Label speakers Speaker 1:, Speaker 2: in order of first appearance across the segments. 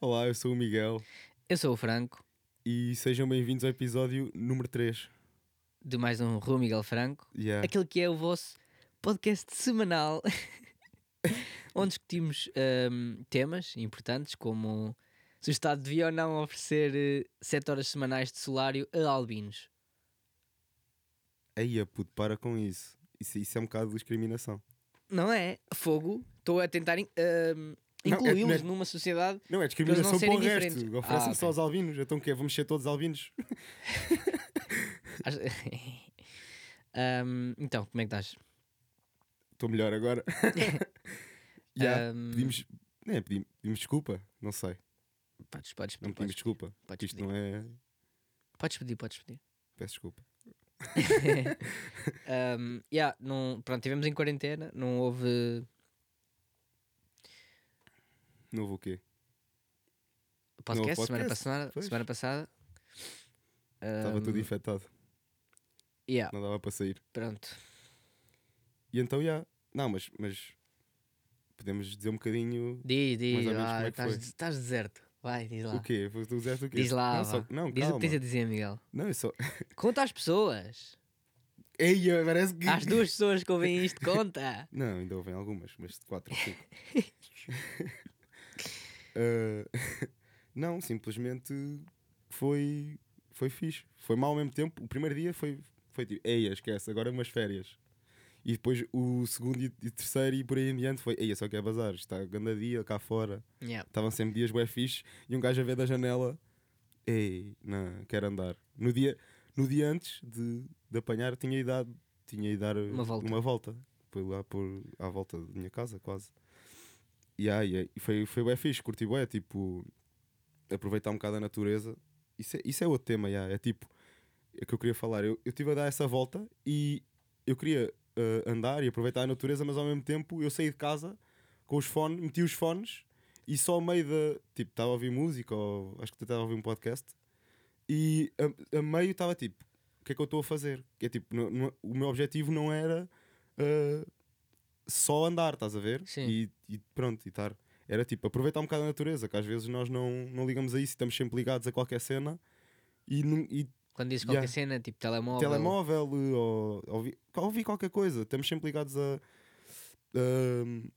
Speaker 1: Olá, eu sou o Miguel
Speaker 2: Eu sou o Franco,
Speaker 1: e sejam bem-vindos ao episódio número 3.
Speaker 2: de mais um Rua Miguel Franco,
Speaker 1: Yeah.
Speaker 2: aquele que é o vosso podcast semanal, onde discutimos hum, temas importantes como se o Estado devia ou não oferecer 7 horas semanais de solário a albinos.
Speaker 1: Aí, puto, para com isso. isso. Isso é um bocado de discriminação.
Speaker 2: Não é? Fogo, estou a tentar in- hum,
Speaker 1: Não, é- não é-
Speaker 2: incluí-los numa sociedade.
Speaker 1: Não, é
Speaker 2: Para
Speaker 1: discriminação
Speaker 2: eles não
Speaker 1: para o
Speaker 2: serem
Speaker 1: resto.
Speaker 2: diferentes.
Speaker 1: Oferecem
Speaker 2: Ah, ok.
Speaker 1: só aos albinos. Então o quê? Vamos ser todos albinos?
Speaker 2: Acho- Hum, então, como é que estás?
Speaker 1: Estou melhor agora. yeah,
Speaker 2: Um,
Speaker 1: Pedimos. É, pedimos, pedimos desculpa. Não sei.
Speaker 2: Podes, podes pedir,
Speaker 1: Não pedimos
Speaker 2: podes,
Speaker 1: desculpa.
Speaker 2: podes
Speaker 1: Isto não é.
Speaker 2: podes pedir, podes pedir.
Speaker 1: Peço desculpa.
Speaker 2: Um, yeah, não, pronto, estivemos em quarentena, não houve.
Speaker 1: Não vou o quê?
Speaker 2: podcast,
Speaker 1: Não houve
Speaker 2: semana,
Speaker 1: podcast,
Speaker 2: passada,
Speaker 1: pois.
Speaker 2: semana passada.
Speaker 1: Estava
Speaker 2: Um,
Speaker 1: tudo infectado.
Speaker 2: yeah,
Speaker 1: Não dava para sair.
Speaker 2: pronto.
Speaker 1: E então, já. Não, mas, mas. Podemos dizer um bocadinho.
Speaker 2: Diz, diz,
Speaker 1: Mais ou menos
Speaker 2: lá,
Speaker 1: como é que
Speaker 2: estás,
Speaker 1: foi?
Speaker 2: estás deserto. Vai, diz lá.
Speaker 1: O quê? Vou dizer o quê?
Speaker 2: Diz lá.
Speaker 1: Não,
Speaker 2: vá.
Speaker 1: só- não
Speaker 2: diz o
Speaker 1: calma.
Speaker 2: que tens a dizer, Miguel.
Speaker 1: Não, eu só.
Speaker 2: Conta às pessoas.
Speaker 1: Ei, parece que.
Speaker 2: Às duas pessoas que ouvem isto, conta.
Speaker 1: Não, ainda ouvem algumas, mas de 4 ou 5. Ah, não, simplesmente foi, foi fixe. Foi mal ao mesmo tempo. O primeiro dia foi, foi tipo, eia, esquece, agora umas férias. E depois o segundo e e terceiro e por aí em diante foi, eia, só quer bazar, está a grande dia cá fora.
Speaker 2: Yeah.
Speaker 1: Estavam sempre dias bué fixe e um gajo a ver da janela, ei, não, quero andar. No dia, no dia antes de, de apanhar, tinha ido, dar- tinha ido dar eh,
Speaker 2: Uma volta.
Speaker 1: uma volta. Foi lá por, à volta da minha casa, quase. E aí, e foi, foi bué fixe, curti bué, tipo, aproveitar um bocado a natureza. Isso é, isso é outro tema, já, é tipo, é que eu queria falar. Eu eu estive a dar essa volta e eu queria eh, andar e aproveitar a natureza, mas ao mesmo tempo eu saí de casa com os fones, meti os fones e só ao meio da. Tipo, estava a ouvir música ou acho que estava a ouvir um podcast e a, a meio estava tipo: o que é que eu estou a fazer? Que é tipo, não- não- o meu objetivo não era eh, só andar, estás a ver?
Speaker 2: Sim.
Speaker 1: E, e pronto, e estar. Era tipo, aproveitar um bocado a natureza, que às vezes nós não, não ligamos a isso, estamos sempre ligados a qualquer cena e, não- e
Speaker 2: Quando dizes qualquer
Speaker 1: Yeah.
Speaker 2: cena, tipo telemóvel.
Speaker 1: telemóvel eh, ou ouvi- ouvir qualquer coisa. Estamos sempre ligados a. ahm,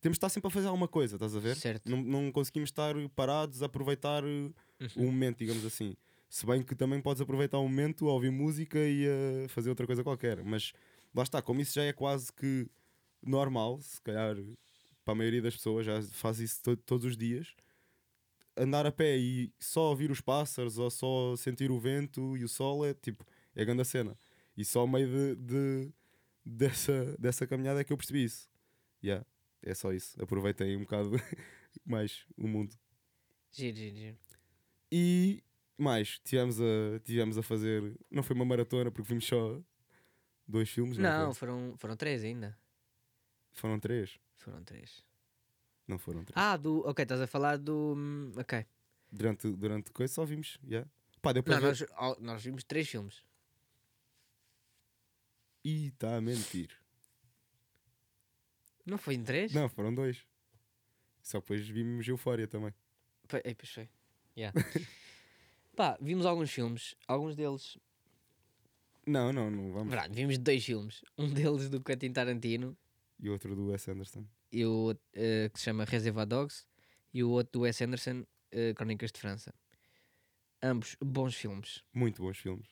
Speaker 1: temos de estar sempre a fazer alguma coisa, estás a ver?
Speaker 2: Certo.
Speaker 1: Não, não conseguimos estar parados a aproveitar eh, o momento, digamos assim. Se bem que também podes aproveitar o momento a ouvir música e a fazer outra coisa qualquer. Mas lá está, como isso já é quase que normal, se calhar para a maioria das pessoas já faz isso to- todos os dias. Andar a pé e só ouvir os pássaros ou só sentir o vento e o sol é tipo, é a grande cena. E só ao meio de, de- dessa, dessa caminhada é que eu percebi isso. Yeah, é só isso. Aproveitem um bocado mais o mundo.
Speaker 2: Giro, giro, giro.
Speaker 1: E mais, tivemos a, tivemos a fazer. Não foi uma maratona porque vimos só dois filmes, não,
Speaker 2: Não,
Speaker 1: foi?
Speaker 2: foram, foram três ainda.
Speaker 1: Foram três.
Speaker 2: Foram três.
Speaker 1: Não foram três.
Speaker 2: Ah, do. Ok, estás a falar do. hum, Ok.
Speaker 1: Durante, durante coisa só vimos. Yeah. Pá, deu para
Speaker 2: Não,
Speaker 1: ver.
Speaker 2: nós, oh, nós vimos três filmes.
Speaker 1: E está tá a mentir.
Speaker 2: Não foi em três?
Speaker 1: Não, foram dois. Só depois vimos Eufória também.
Speaker 2: Pe- Ei, pois foi. Yeah. Pá, vimos alguns filmes, alguns deles.
Speaker 1: Não, não, não vamos.
Speaker 2: Verdade, vimos dois filmes. Um deles do Quentin Tarantino
Speaker 1: E outro do Wes Anderson.
Speaker 2: e o, outro, eh, que se chama Reservoir Dogs e o outro do Wes Anderson, eh, Crónicas de França. Ambos bons filmes.
Speaker 1: Muito bons filmes.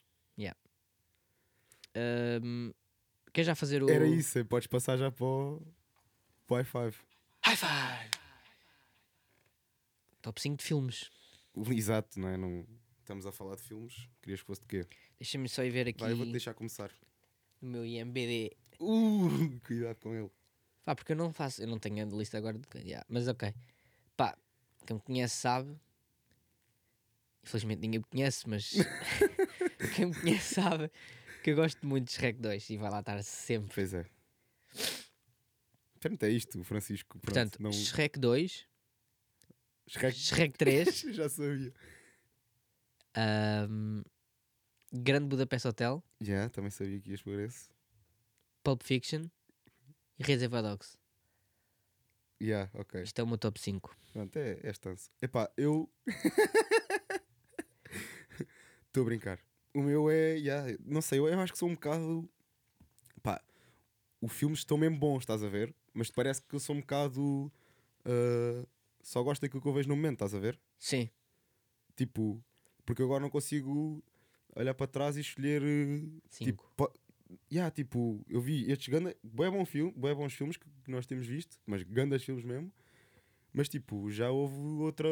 Speaker 2: Ahm, quer já fazer o.
Speaker 1: Era isso, eh, podes passar já para o, para o i 5
Speaker 2: High five! Top 5 de filmes.
Speaker 1: Exato, não é? Não... Estamos a falar de filmes. Querias que fosse de quê?
Speaker 2: Deixa-me só ir ver aqui
Speaker 1: Vai, eu vou-te deixar começar.
Speaker 2: no meu IMBD.
Speaker 1: Uh, cuidado com ele.
Speaker 2: Pá, porque eu não faço, eu não tenho a lista agora, de, yeah, mas ok. Pá, quem me conhece sabe. Infelizmente ninguém me conhece, mas quem me conhece sabe que eu gosto muito de Shrek 2 e vai lá estar sempre.
Speaker 1: Pois é. Portanto, é isto, Francisco. Pronto,
Speaker 2: Portanto,
Speaker 1: não...
Speaker 2: Shrek 2,
Speaker 1: Shrek-
Speaker 2: Shrek 3,
Speaker 1: Já sabia.
Speaker 2: ahm, Grande Budapest Hotel,
Speaker 1: Já, também sabia que ias por esse.
Speaker 2: Pulp Fiction e Reservoir Dogs.
Speaker 1: Yeah, ok.
Speaker 2: Isto é o meu top 5.
Speaker 1: Pronto, é, é estanço. Epá, eu. Estou a brincar. O meu é. yeah, não sei, eu, eu acho que sou um bocado. Pá, os filmes estão mesmo bons, estás a ver? Mas parece que eu sou um bocado. ah, só gosto daquilo que eu vejo no momento, estás a ver?
Speaker 2: Sim,
Speaker 1: Tipo, porque eu agora não consigo olhar para trás e escolher. eh,
Speaker 2: 5.
Speaker 1: Tipo, pa- yeah, tipo, eu vi estes ganda, bué bom filme, bué bons filmes que que nós temos visto, mas grandes filmes mesmo. Mas tipo, já houve outra,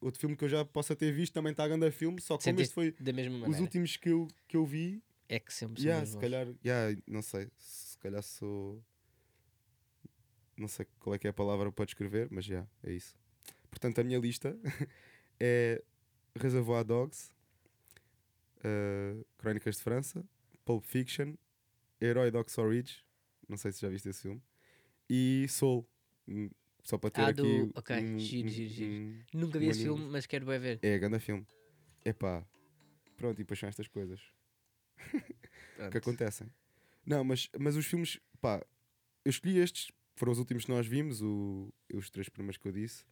Speaker 1: outro filme que eu já possa ter visto, também está ganda filme, só que como este
Speaker 2: Sentiste
Speaker 1: foi
Speaker 2: da mesma
Speaker 1: os
Speaker 2: maneira.
Speaker 1: últimos que eu, que eu vi,
Speaker 2: É que sempre são
Speaker 1: yeah,
Speaker 2: os
Speaker 1: se
Speaker 2: bons.
Speaker 1: calhar, yeah, não sei, se calhar sou. Não sei qual é que é a palavra para descrever, mas já, é isso. Portanto, a minha lista é Reservoir Dogs, eh, Crónicas de França, Pulp Fiction, Herói de Oxford Ridge, não sei se já viste esse filme, e Soul. Hum, Só para ter
Speaker 2: Ah,
Speaker 1: aqui.
Speaker 2: do- ok, giro, giro, giro.
Speaker 1: um-
Speaker 2: Nunca vi
Speaker 1: um
Speaker 2: esse
Speaker 1: anime.
Speaker 2: filme, mas quero bem ver.
Speaker 1: É, grande filme. Epá, pronto, e depois são estas coisas que
Speaker 2: Pronto.
Speaker 1: acontecem. Não, mas, mas os filmes, pá, eu escolhi estes, foram os últimos que nós vimos, o, os três primeiros que eu disse.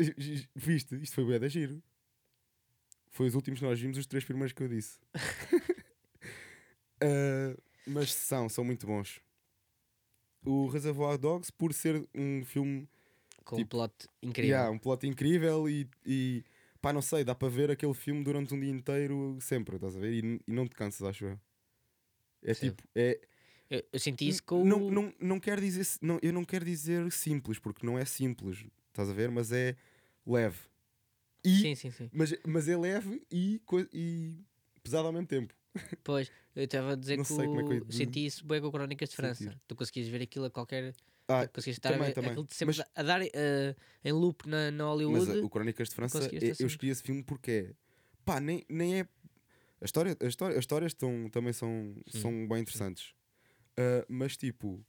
Speaker 1: J- j- Viste? Isto foi bué da giro. Foi os últimos que nós vimos, os três primeiros que eu disse. Ah, mas são, são muito bons. O Reservoir Dogs, por ser um filme
Speaker 2: Com um
Speaker 1: tipo-
Speaker 2: plot incrível.
Speaker 1: Yeah, um plot incrível e, e pá, não sei, dá para ver aquele filme durante um dia inteiro sempre, estás a ver? E, n- e não te cansas, acho eu. É
Speaker 2: Percebo.
Speaker 1: tipo, é,
Speaker 2: Eu, eu senti isso
Speaker 1: n-
Speaker 2: com
Speaker 1: não,
Speaker 2: o-
Speaker 1: não, não quero dizer, si- não, eu não quero dizer simples, porque não é simples, estás a ver? Mas é leve. E,
Speaker 2: Sim, sim, sim.
Speaker 1: mas, mas é leve e, coi- e pesado ao mesmo tempo.
Speaker 2: Pois, eu estava a dizer
Speaker 1: Não
Speaker 2: que,
Speaker 1: sei como é que eu ia
Speaker 2: o- senti isso bem com Crónicas de França.
Speaker 1: sentir.
Speaker 2: Tu conseguias ver aquilo a qualquer.
Speaker 1: Ah,
Speaker 2: conseguias estar
Speaker 1: também,
Speaker 2: a ver
Speaker 1: também.
Speaker 2: aquilo de sempre
Speaker 1: Mas-
Speaker 2: a dar eh, em loop na, na
Speaker 1: Mas
Speaker 2: Hollywood.
Speaker 1: ah, o Crónicas de França,
Speaker 2: conseguiste
Speaker 1: é-
Speaker 2: assim.
Speaker 1: eu escolhi esse filme porque é. Pá, nem, nem é. A história, a história, as histórias estão- também são, são bem interessantes. Ah, mas, tipo,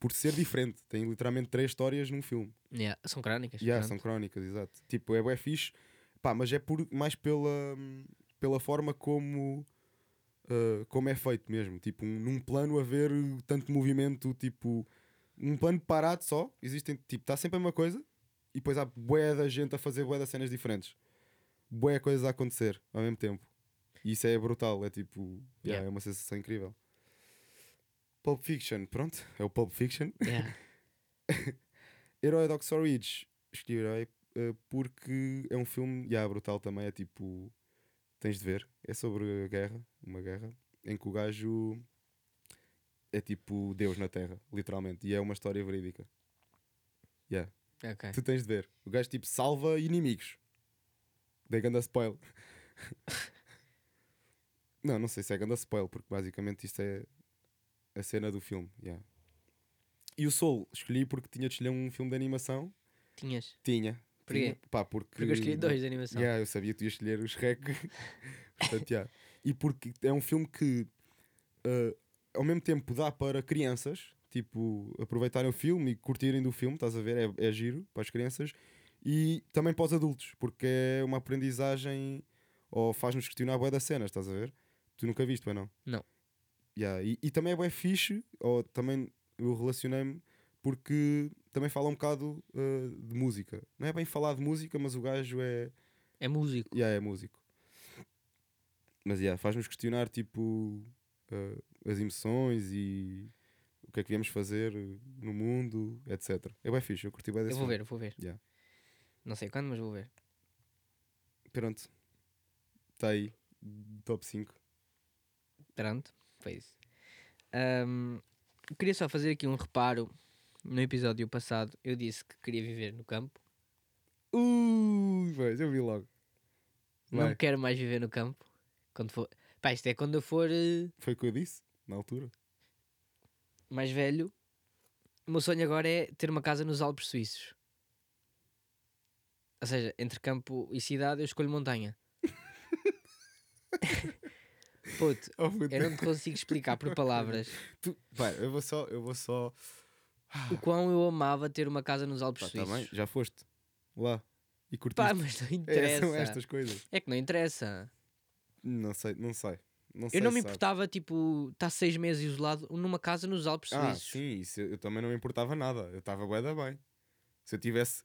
Speaker 1: por ser diferente, tem literalmente três histórias num filme.
Speaker 2: Yeah, são crónicas.
Speaker 1: Yeah,
Speaker 2: pronto.
Speaker 1: são crónicas, exato. Tipo, é bué fixe, pá, mas é por, mais pela, pela forma como, ah, como é feito mesmo. Tipo, um- num plano haver tanto movimento, tipo, um plano parado só, existem, tipo, está sempre a mesma coisa e depois há bué da gente a fazer bué das cenas diferentes. Bué coisas a acontecer ao mesmo tempo. E isso é brutal, é tipo, yeah,
Speaker 2: Yeah.
Speaker 1: é uma sensação incrível. Pulp Fiction, pronto, é o Pulp Fiction.
Speaker 2: Yeah.
Speaker 1: Herói de Oxford Ridge. Escolhi Herói eh, porque é um filme yeah, brutal também. É tipo. Tens de ver. É sobre a guerra, uma guerra, em que o gajo é tipo Deus na Terra, literalmente. E é uma história verídica. Yeah.
Speaker 2: Ok.
Speaker 1: Tu tens de ver. O gajo tipo salva inimigos. Dei ganda spoil. não, não sei se é ganda spoil, porque basicamente isto é a cena do filme. yeah. E o Soul escolhi porque tinha de escolher um filme de animação.
Speaker 2: Tinhas.
Speaker 1: Tinha.
Speaker 2: Porquê?
Speaker 1: Tinha. Pá, porque...
Speaker 2: Porque eu escolhi dois de animação.
Speaker 1: Yeah, eu sabia que tu ias escolher o Shrek. Portanto, yeah. E porque é um filme que ah, ao mesmo tempo dá para crianças tipo, aproveitarem o filme e curtirem do filme, estás a ver? É, é giro para as crianças e também para os adultos, porque é uma aprendizagem ou faz-nos questionar boa das cenas, estás a ver? Tu nunca viste, ou não?
Speaker 2: Não.
Speaker 1: Yeah, e, e também é bué fixe, ou também eu relacionei-me porque também fala um bocado ah, de música. Não é bem falar de música, mas o gajo é
Speaker 2: É músico.
Speaker 1: yeah, é músico. Mas yeah, faz-nos questionar tipo eh, as emoções e o que é que viemos fazer eh, no mundo, etc. É bem fixe, eu curti bem desse
Speaker 2: Eu vou
Speaker 1: filme.
Speaker 2: ver, eu vou ver.
Speaker 1: Yeah.
Speaker 2: Não sei quando, mas vou ver.
Speaker 1: Pronto. Está aí. Top 5.
Speaker 2: Pronto, foi isso. Ahm, eu queria só fazer aqui um reparo. No episódio passado eu disse que queria viver no campo.
Speaker 1: Ui, pois, eu vi logo.
Speaker 2: Não
Speaker 1: Vai.
Speaker 2: quero mais viver no campo. Quando for... Pá, isto é quando eu for eh,
Speaker 1: Foi o que eu disse na altura.
Speaker 2: mais velho. O meu sonho agora é ter uma casa nos Alpes Suíços. Ou seja, entre campo e cidade eu escolho montanha. Puto,
Speaker 1: Oh, puto.
Speaker 2: eu não te consigo explicar por palavras
Speaker 1: Tu- Vai, eu vou só. Eu vou só.
Speaker 2: o quão eu amava ter uma casa nos Alpes
Speaker 1: Pá, tá
Speaker 2: Suíços.
Speaker 1: bem, já foste lá e curtiste.
Speaker 2: Pá, mas não
Speaker 1: É,
Speaker 2: interessa.
Speaker 1: são estas coisas.
Speaker 2: É que não interessa.
Speaker 1: Não sei, não sei. Não sei,
Speaker 2: Eu não me
Speaker 1: sabes?
Speaker 2: importava, tipo, estar seis meses isolado numa casa nos Alpes
Speaker 1: Ah,
Speaker 2: Suíços.
Speaker 1: sim, isso eu, eu também não me importava nada. Eu estava bué da bem. Se eu tivesse.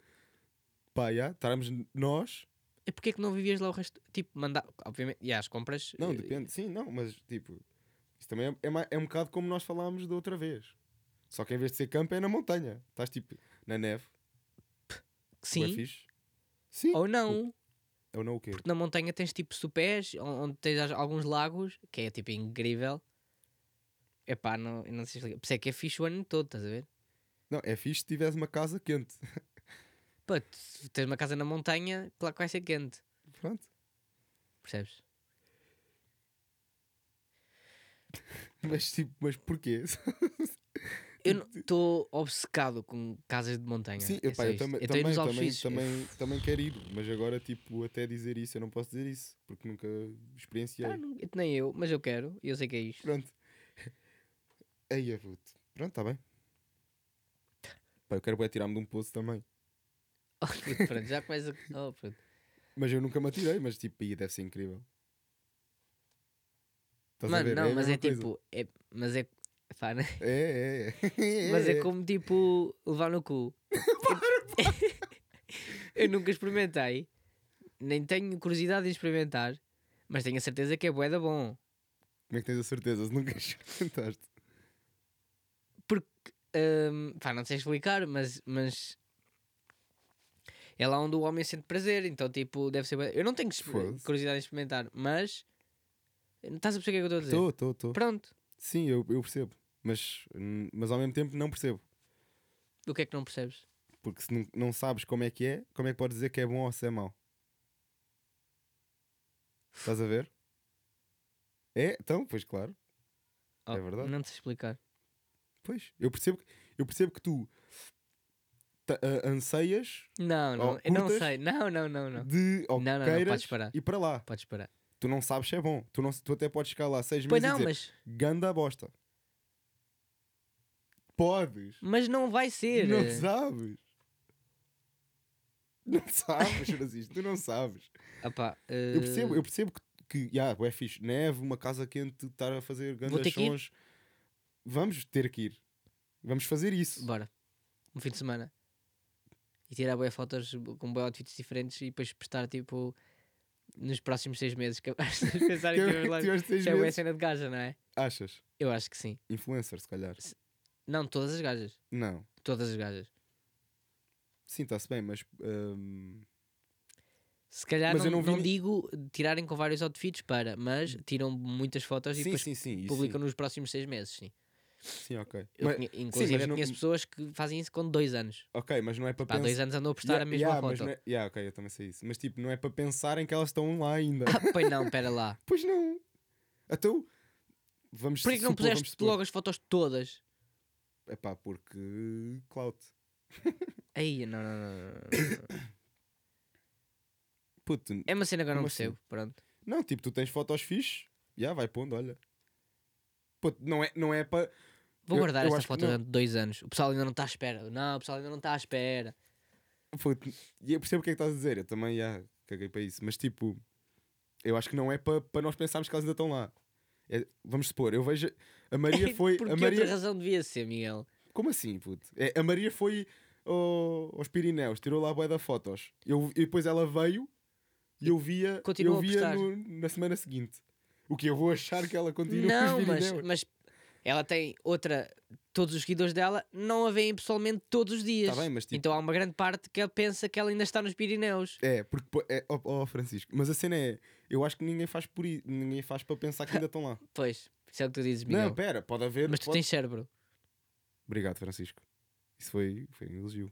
Speaker 1: Pá, já, estarmos nós.
Speaker 2: E porquê que não vivias lá o resto? Tipo, mandar. Obviamente, e as compras.
Speaker 1: Não,
Speaker 2: eh,
Speaker 1: depende. Sim, não, mas tipo. Isso também é, é, ma- é um bocado como nós falámos da outra vez. Só que em vez de ser campo é na montanha. Estás tipo na neve. bué
Speaker 2: Sim.
Speaker 1: fixe. Sim.
Speaker 2: Ou não,
Speaker 1: Ou não o quê?
Speaker 2: porque na montanha tens tipo supés, on- onde tens as- alguns lagos, que é tipo incrível. Epá, não, eu não sei explicar. Por isso é que é fixe o ano todo, estás a ver?
Speaker 1: Não, é fixe se tivesse uma casa quente.
Speaker 2: Pá, tu tens uma casa na montanha, claro que vai ser quente,
Speaker 1: Pronto.
Speaker 2: percebes?
Speaker 1: Mas tipo, mas porquê?
Speaker 2: Eu estou obcecado com casas de montanha.
Speaker 1: Sim,
Speaker 2: é
Speaker 1: epá,
Speaker 2: só
Speaker 1: eu
Speaker 2: isto. Então,
Speaker 1: também,
Speaker 2: e
Speaker 1: também,
Speaker 2: nos Alpes
Speaker 1: também,
Speaker 2: Suíços?
Speaker 1: também, também quero ir, mas agora, tipo, até dizer isso, eu não posso dizer isso, porque nunca experienciei.
Speaker 2: Ah, não- nem eu, mas eu quero, e eu sei que é isto.
Speaker 1: Pronto. Aí é puto. Pronto, está bem. Pá, eu quero bué tirar-me de um poço também.
Speaker 2: Oh, puto, pronto, já começa. Oh, pronto.
Speaker 1: Mas eu nunca me atirei, mas tipo, aí deve ser incrível. Estás a
Speaker 2: Mano,
Speaker 1: ver?
Speaker 2: não,
Speaker 1: a
Speaker 2: mas é
Speaker 1: mesma coisa.
Speaker 2: tipo. É, mas é. pá, né?
Speaker 1: É, é, é.
Speaker 2: Mas é como tipo. levar no cu. eu nunca experimentei, nem tenho curiosidade em experimentar, mas tenho a certeza que é bué da bom.
Speaker 1: Como é que tens a certeza? Se nunca experimentaste.
Speaker 2: Hum, pá, não sei explicar, mas, mas é lá onde o homem sente prazer, então tipo, deve ser. bué- Eu não tenho exper-
Speaker 1: Foda-se.
Speaker 2: curiosidade em experimentar, mas estás a perceber o que é que eu estou a dizer?
Speaker 1: Estou, estou, estou.
Speaker 2: Pronto,
Speaker 1: Sim, eu, eu percebo. Mas, mas ao mesmo tempo não percebo.
Speaker 2: o que é que não percebes?
Speaker 1: Porque se não, não sabes como é que é, como é que podes dizer que é bom ou se é mau? Estás a ver? É, então, pois claro.
Speaker 2: Oh,
Speaker 1: É verdade.
Speaker 2: Não te sei explicar.
Speaker 1: Pois, eu percebo que, eu percebo que tu ta- a- anseias
Speaker 2: Não, não,
Speaker 1: Oh,
Speaker 2: eu não
Speaker 1: curtas?
Speaker 2: sei. Não, não, não, não.
Speaker 1: de ou
Speaker 2: Não, não, não,
Speaker 1: queiras
Speaker 2: podes parar.
Speaker 1: ir para lá.
Speaker 2: Podes parar.
Speaker 1: Tu não sabes se é bom. Tu, não, tu até podes ficar lá seis
Speaker 2: Pois
Speaker 1: meses e
Speaker 2: não,
Speaker 1: dizer,
Speaker 2: mas,
Speaker 1: ganda bosta. Podes.
Speaker 2: mas não vai ser. Eh,
Speaker 1: Não sabes. Não sabes, Francisco, tu não sabes.
Speaker 2: Ah pá,
Speaker 1: Eu percebo,
Speaker 2: eh,
Speaker 1: eu percebo que, que já, é fixe. Neve, uma casa quente, estar a fazer
Speaker 2: ter
Speaker 1: grandes
Speaker 2: que ir?
Speaker 1: sons. Vamos ter que ir. Vamos fazer isso.
Speaker 2: eh, Bora. Um fim de semana. E tirar boé fotos com boé outfits diferentes e depois postar tipo nos próximos seis meses. Que pensar
Speaker 1: Que
Speaker 2: que
Speaker 1: eu-
Speaker 2: eu lá.
Speaker 1: tiveste seis
Speaker 2: Isso é boa
Speaker 1: meses.
Speaker 2: cena de gaja, não é?
Speaker 1: Achas?
Speaker 2: Eu acho que sim.
Speaker 1: Influencer, se calhar.
Speaker 2: Não, todas as gajas.
Speaker 1: Não.
Speaker 2: Todas as gajas.
Speaker 1: Sim, está-se bem, mas. hum,
Speaker 2: Se calhar
Speaker 1: Mas
Speaker 2: não,
Speaker 1: eu não vi
Speaker 2: não
Speaker 1: ni-
Speaker 2: digo tirarem com vários outfits para, mas tiram muitas fotos e
Speaker 1: sim,
Speaker 2: depois
Speaker 1: sim, sim. isso
Speaker 2: publicam nos próximos seis meses, sim.
Speaker 1: Sim, sim, ok.
Speaker 2: Eu
Speaker 1: Mas-
Speaker 2: conhe- Inclusive,
Speaker 1: mas
Speaker 2: eu
Speaker 1: não-
Speaker 2: conheço pessoas que fazem isso com dois anos.
Speaker 1: ok, mas não é para
Speaker 2: Pá,
Speaker 1: pensar.
Speaker 2: dois anos andam a postar
Speaker 1: Ya-
Speaker 2: a mesma
Speaker 1: ya, mas
Speaker 2: foto.
Speaker 1: não é- ya, ok, eu também sei isso. Mas tipo, não é para pensarem que elas estão lá ainda.
Speaker 2: Ah, pois não, pera lá.
Speaker 1: Pois não. Então. Vamos
Speaker 2: Porquê que não
Speaker 1: supor- vamos
Speaker 2: puseste
Speaker 1: supor-
Speaker 2: logo as fotos todas?
Speaker 1: Epá, porque. Clout.
Speaker 2: Aí, não, não, não, não, não. não.
Speaker 1: Puto,
Speaker 2: É uma cena que eu não
Speaker 1: Como assim?
Speaker 2: percebo. Pronto.
Speaker 1: Não, tipo, tu tens fotos fixe, já vai pondo, olha. Pô, não é, não é para.
Speaker 2: Vou
Speaker 1: Eu-
Speaker 2: guardar
Speaker 1: eu
Speaker 2: esta
Speaker 1: acho que
Speaker 2: foto
Speaker 1: não.
Speaker 2: durante dois anos. O pessoal ainda não está à espera. Não, o pessoal ainda não está à espera.
Speaker 1: E eu percebo o que é que estás a dizer, eu também já caguei para isso, mas tipo, eu acho que não é para para nós pensarmos que elas ainda estão lá. É, vamos supor, eu vejo. A Maria foi.
Speaker 2: Por
Speaker 1: a
Speaker 2: que
Speaker 1: Maria,
Speaker 2: outra razão devia ser, Miguel?
Speaker 1: Como assim, puto? É, a Maria foi ao- aos Pirineus, tirou lá a boia da fotos. Eu, e depois ela veio e eu via,
Speaker 2: continuou
Speaker 1: eu
Speaker 2: a
Speaker 1: via
Speaker 2: postar.
Speaker 1: no- na semana seguinte. O que eu vou achar que ela continua
Speaker 2: não,
Speaker 1: com os
Speaker 2: mas,
Speaker 1: Pirineus?
Speaker 2: mas ela tem outra. Todos os seguidores dela não a veem pessoalmente todos os dias.
Speaker 1: Tá bem, mas tipo-
Speaker 2: Então há uma grande parte que ela pensa que ela ainda está nos Pirineus.
Speaker 1: É, porque po- é, ó- ó, Francisco, mas a cena é, eu acho que ninguém faz por i- ninguém faz para pensar que ainda estão lá.
Speaker 2: Pois, isso é o que tu dizes, Miguel.
Speaker 1: Não, pera, pode haver.
Speaker 2: mas tu
Speaker 1: pode-
Speaker 2: tens cérebro.
Speaker 1: Obrigado, Francisco. Isso foi, foi um elogio.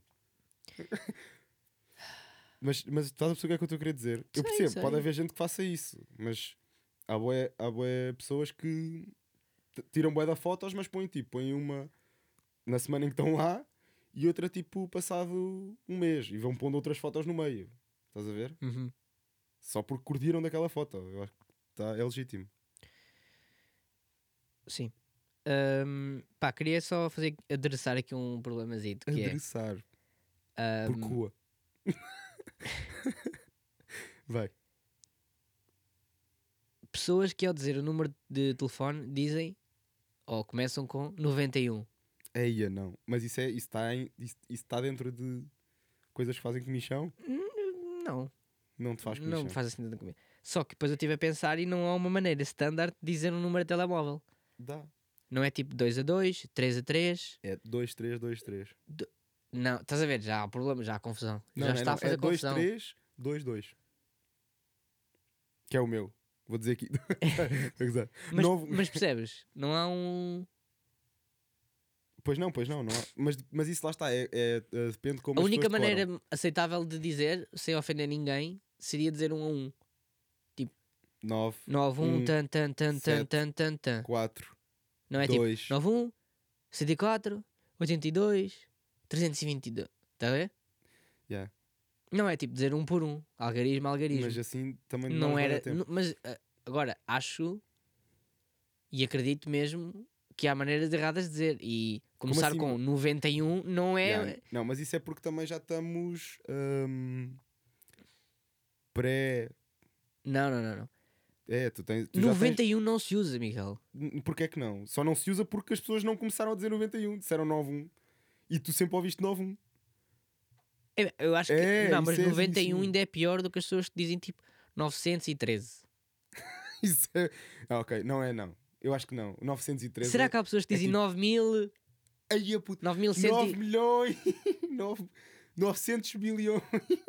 Speaker 1: mas, mas estás a perceber o que é que eu estou a querer dizer?
Speaker 2: Sei,
Speaker 1: eu percebo,
Speaker 2: sei.
Speaker 1: pode haver gente que faça isso, mas há boé, há bué pessoas que t- tiram boé da fotos, mas põem tipo, põem uma na semana em que estão lá e outra tipo passado um mês e vão pondo outras fotos no meio. Estás a ver?
Speaker 2: Uhum.
Speaker 1: Só porque curtiram daquela foto. Eu acho que tá, é legítimo.
Speaker 2: Sim. Ahm, pá, queria só fazer adressar aqui um problemazito que é.
Speaker 1: Adressar
Speaker 2: ahm,
Speaker 1: por cua. Vai.
Speaker 2: pessoas que, ao dizer o número de telefone, dizem ou começam com 91.
Speaker 1: Eia, não. Mas isso é, está isso, isso está dentro de coisas que fazem comichão?
Speaker 2: Não,
Speaker 1: Não te faz comichão.
Speaker 2: não me faz assim tanto comigo. Só que depois eu estive a pensar e não há uma maneira standard de dizer um número de telemóvel.
Speaker 1: Dá.
Speaker 2: Não é tipo 2 a 2, 3 a 3.
Speaker 1: É 2, 3, 2, 3.
Speaker 2: Não, estás a ver? Já há problema, já há confusão. já está a fazer
Speaker 1: é
Speaker 2: confusão.
Speaker 1: 3, 2, 2. Que é o meu. Vou dizer aqui. é. Estou a gozar.
Speaker 2: mas,
Speaker 1: Novo-
Speaker 2: mas percebes? Não há um.
Speaker 1: Pois não, pois não. não há- mas, mas isso lá está. É, é, eh, depende de como
Speaker 2: a
Speaker 1: as
Speaker 2: única
Speaker 1: pessoas
Speaker 2: maneira
Speaker 1: decoram.
Speaker 2: aceitável de dizer, sem ofender ninguém, seria dizer um a um.
Speaker 1: 9,
Speaker 2: 9 1
Speaker 1: Um,
Speaker 2: tan tan tan tan
Speaker 1: sete,
Speaker 2: tan tan tan.
Speaker 1: 4,
Speaker 2: Não é tipo
Speaker 1: 2.
Speaker 2: 9 1 74 82 322. Está Tá a ver?
Speaker 1: Yeah.
Speaker 2: Não é tipo dizer um por um, algarismo, algarismo.
Speaker 1: Mas assim também não,
Speaker 2: não
Speaker 1: nos vai dar
Speaker 2: era,
Speaker 1: tempo.
Speaker 2: nu- mas ah, agora acho e acredito mesmo que há maneiras erradas de dizer e começar
Speaker 1: assim?
Speaker 2: com 91 não é
Speaker 1: Yeah. Não, mas isso é porque também já estamos hum, pré.
Speaker 2: não, não, não, não.
Speaker 1: É, tu tens. Tu já tens-
Speaker 2: 91 não se usa, Miguel.
Speaker 1: N- Porquê é que não? Só não se usa porque as pessoas não começaram a dizer 91, disseram 91. E tu sempre ouviste 91.
Speaker 2: É, Eu acho que
Speaker 1: É,
Speaker 2: não, mas
Speaker 1: isso é
Speaker 2: 91
Speaker 1: isso.
Speaker 2: ainda é pior do que as pessoas que dizem tipo 913.
Speaker 1: Isso é. Ah, ok, não é não. Eu acho que não. 913.
Speaker 2: Será que há pessoas que
Speaker 1: é
Speaker 2: dizem
Speaker 1: tipo-
Speaker 2: 9000,
Speaker 1: Aí a puta. 9
Speaker 2: 9100,
Speaker 1: milhões. 9... 900 milhões.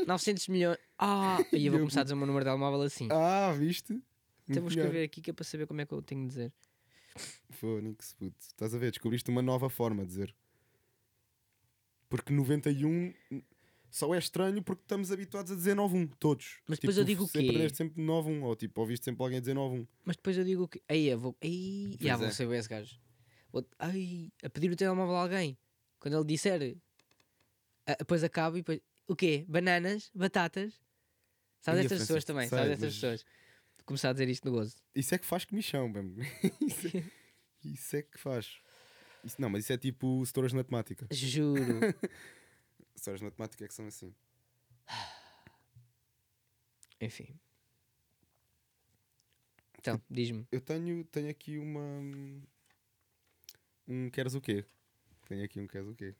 Speaker 2: 900 milhões? Ah, aí eu vou começar a dizer o meu número de telemóvel assim.
Speaker 1: Ah, viste?
Speaker 2: Então vou
Speaker 1: Muito melhor.
Speaker 2: escrever aqui que é para saber como é que eu tenho de dizer.
Speaker 1: Fónix, puto. Estás a ver? Descobriste uma nova forma de dizer. Porque 91 só é estranho porque estamos habituados a dizer 91, todos. Tipo,
Speaker 2: Mas depois eu digo o
Speaker 1: sempre
Speaker 2: quê?
Speaker 1: leste sempre 91, ou tipo, ouviste sempre alguém dizer 91.
Speaker 2: Mas depois eu digo que. Aí eu vou. Aí.
Speaker 1: Pois
Speaker 2: Já vou
Speaker 1: é.
Speaker 2: saber esse gajo. Vou... Ai, a pedir o telemóvel a alguém. Quando ele disser. a- Depois acabo e depois. O quê? Bananas? Batatas? Sabes
Speaker 1: Ia,
Speaker 2: estas pessoas
Speaker 1: Francisco,
Speaker 2: também?
Speaker 1: sei,
Speaker 2: Sabes estas
Speaker 1: mas-
Speaker 2: pessoas? Vou Começar a dizer isto no gozo.
Speaker 1: Isso é que faz comichão, bem. isso, é, isso é que faz. Isso, não, mas isso é tipo setores na temática.
Speaker 2: Juro.
Speaker 1: Setores na temática é que são assim.
Speaker 2: Enfim. Então, diz-me.
Speaker 1: Eu tenho, tenho aqui uma. Um queres o quê? Tenho aqui um queres o quê?